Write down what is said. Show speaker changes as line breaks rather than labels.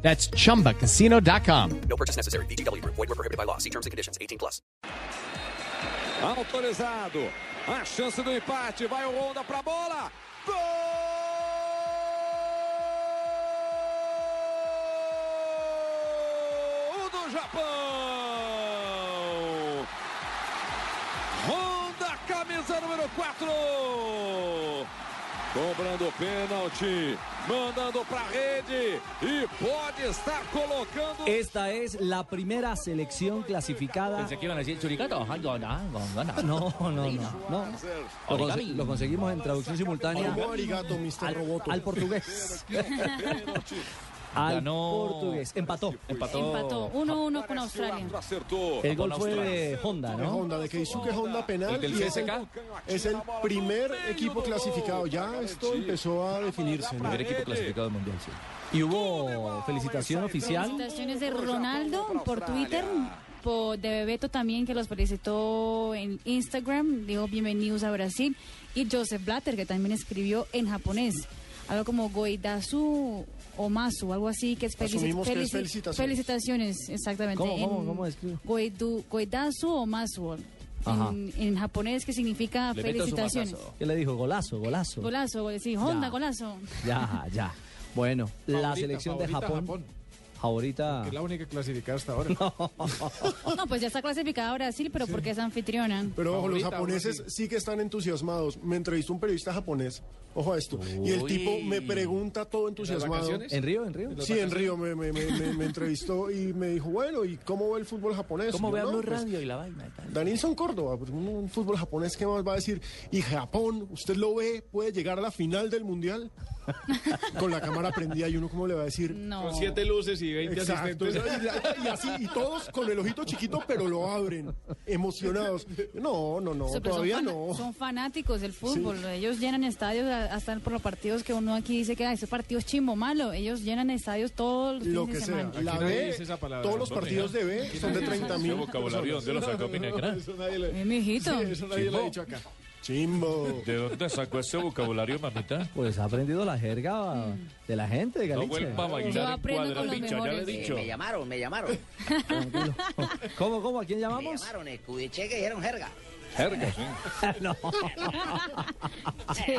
That's chumbacasino.com.
No purchase necessary. VGW Group. Void were prohibited by law. See terms and conditions. 18 plus.
Autorizado. A chance do empate. Vai o Honda pra bola. Gol do Japão. Honda, camisa número 4. Cobrando o pênalti, mandando pra rede e pode estar colocando.
Esta es la primera selección clasificada.
Pensé que iban a decir churicato. Ay, no, no, no, no.
No, no, no. no. Lo, conse- lo conseguimos en traducción simultánea al, al portugués. al
Ganó.
portugués. Empató.
Empató.
Empató
Oh.
1-1 con Australia.
Quatro acertou.
El gol
Con
fue
Australia.
de Honda,
de
¿no?
Honda, de Keisuke Honda penal.
¿El del
y es el-
CSKA?
Es el primer equipo clasificado. Ya esto empezó a definirse. ¿no?
Primer equipo clasificado al mundial, sí.
Y hubo felicitación oficial.
Felicitaciones de Ronaldo por Twitter, por- de Bebeto también, que los felicitó en Instagram. Dijo bienvenidos a Brasil. Y Joseph Blatter, que también escribió en japonés. Algo como Goidasu Omasu, algo así que es, felici-
Asumimos que es
felici-
felicitaciones.
felicitaciones, exactamente.
¿Cómo, cómo,
en
cómo escribe?
Goidu- Goidasu Omasu,
Ajá.
en, en japonés que significa
Le meto su
felicitaciones.
mazazo.
¿Qué le dijo? Golazo, golazo.
Golazo, gol- sí, Honda,
Ya.
golazo.
Ya, ya. Bueno, la selección de Japón. Favorita.
Es la única clasificada hasta ahora.
No, pues ya está clasificada Brasil, pero porque es anfitriona.
Pero ojo, los
Favorita,
japoneses
favorita.
sí que están entusiasmados. Me entrevistó un periodista japonés. Ojo a esto. Y el tipo me pregunta todo entusiasmado.
vacaciones?
¿En Río? ¿En Río?
Sí, en Río me, me- me- me- me entrevistó y me dijo, bueno, ¿y cómo ve el fútbol japonés?
¿Cómo
Yo,
ve a
"No,
Blue
pues,
Radio y la vaina? y tal?
Danilson Córdoba, pues, un, un fútbol japonés que más va a decir, y Japón, ¿usted lo ve? ¿Puede llegar a la final del mundial? Con la cámara prendida y uno cómo le va a decir,
No.
Con siete luces y 20
Exacto,
asistentes.
y, la- y así, y todos con el ojito chiquito, pero lo abren, emocionados. No, no, no,
So, pero
todavía
pues son, fan-
no.
son fanáticos del fútbol. Ellos llenan estadios a- hasta por los partidos que uno aquí dice que "Ah, ese partido es chimbo malo. Ellos llenan estadios todos los
Lo
fines
que
de
sea.
semana.
La
nadie
B,
dice esa palabra.
todos los
¿Dónde,
partidos de B son de 30 mil.
vocabulario, ¿dónde lo sacó?
Eso nadie le,
Eh, mijito.
eso nadie le ha dicho acá.
Chimbo.
¿De dónde sacó ese vocabulario, mamita?
Pues ha aprendido la jerga de la gente, de
No
Galicia.
vuelva a
Yo
bailar en
aprendo con los
cuadrapicha, ya le he
mejores.
dicho.
Me llamaron, me llamaron.
¿Cómo, cómo? ¿A quién
Me
llamamos?
llamaron, escudeché que dijeron jerga.
Jerga, sí.
no.
Sí.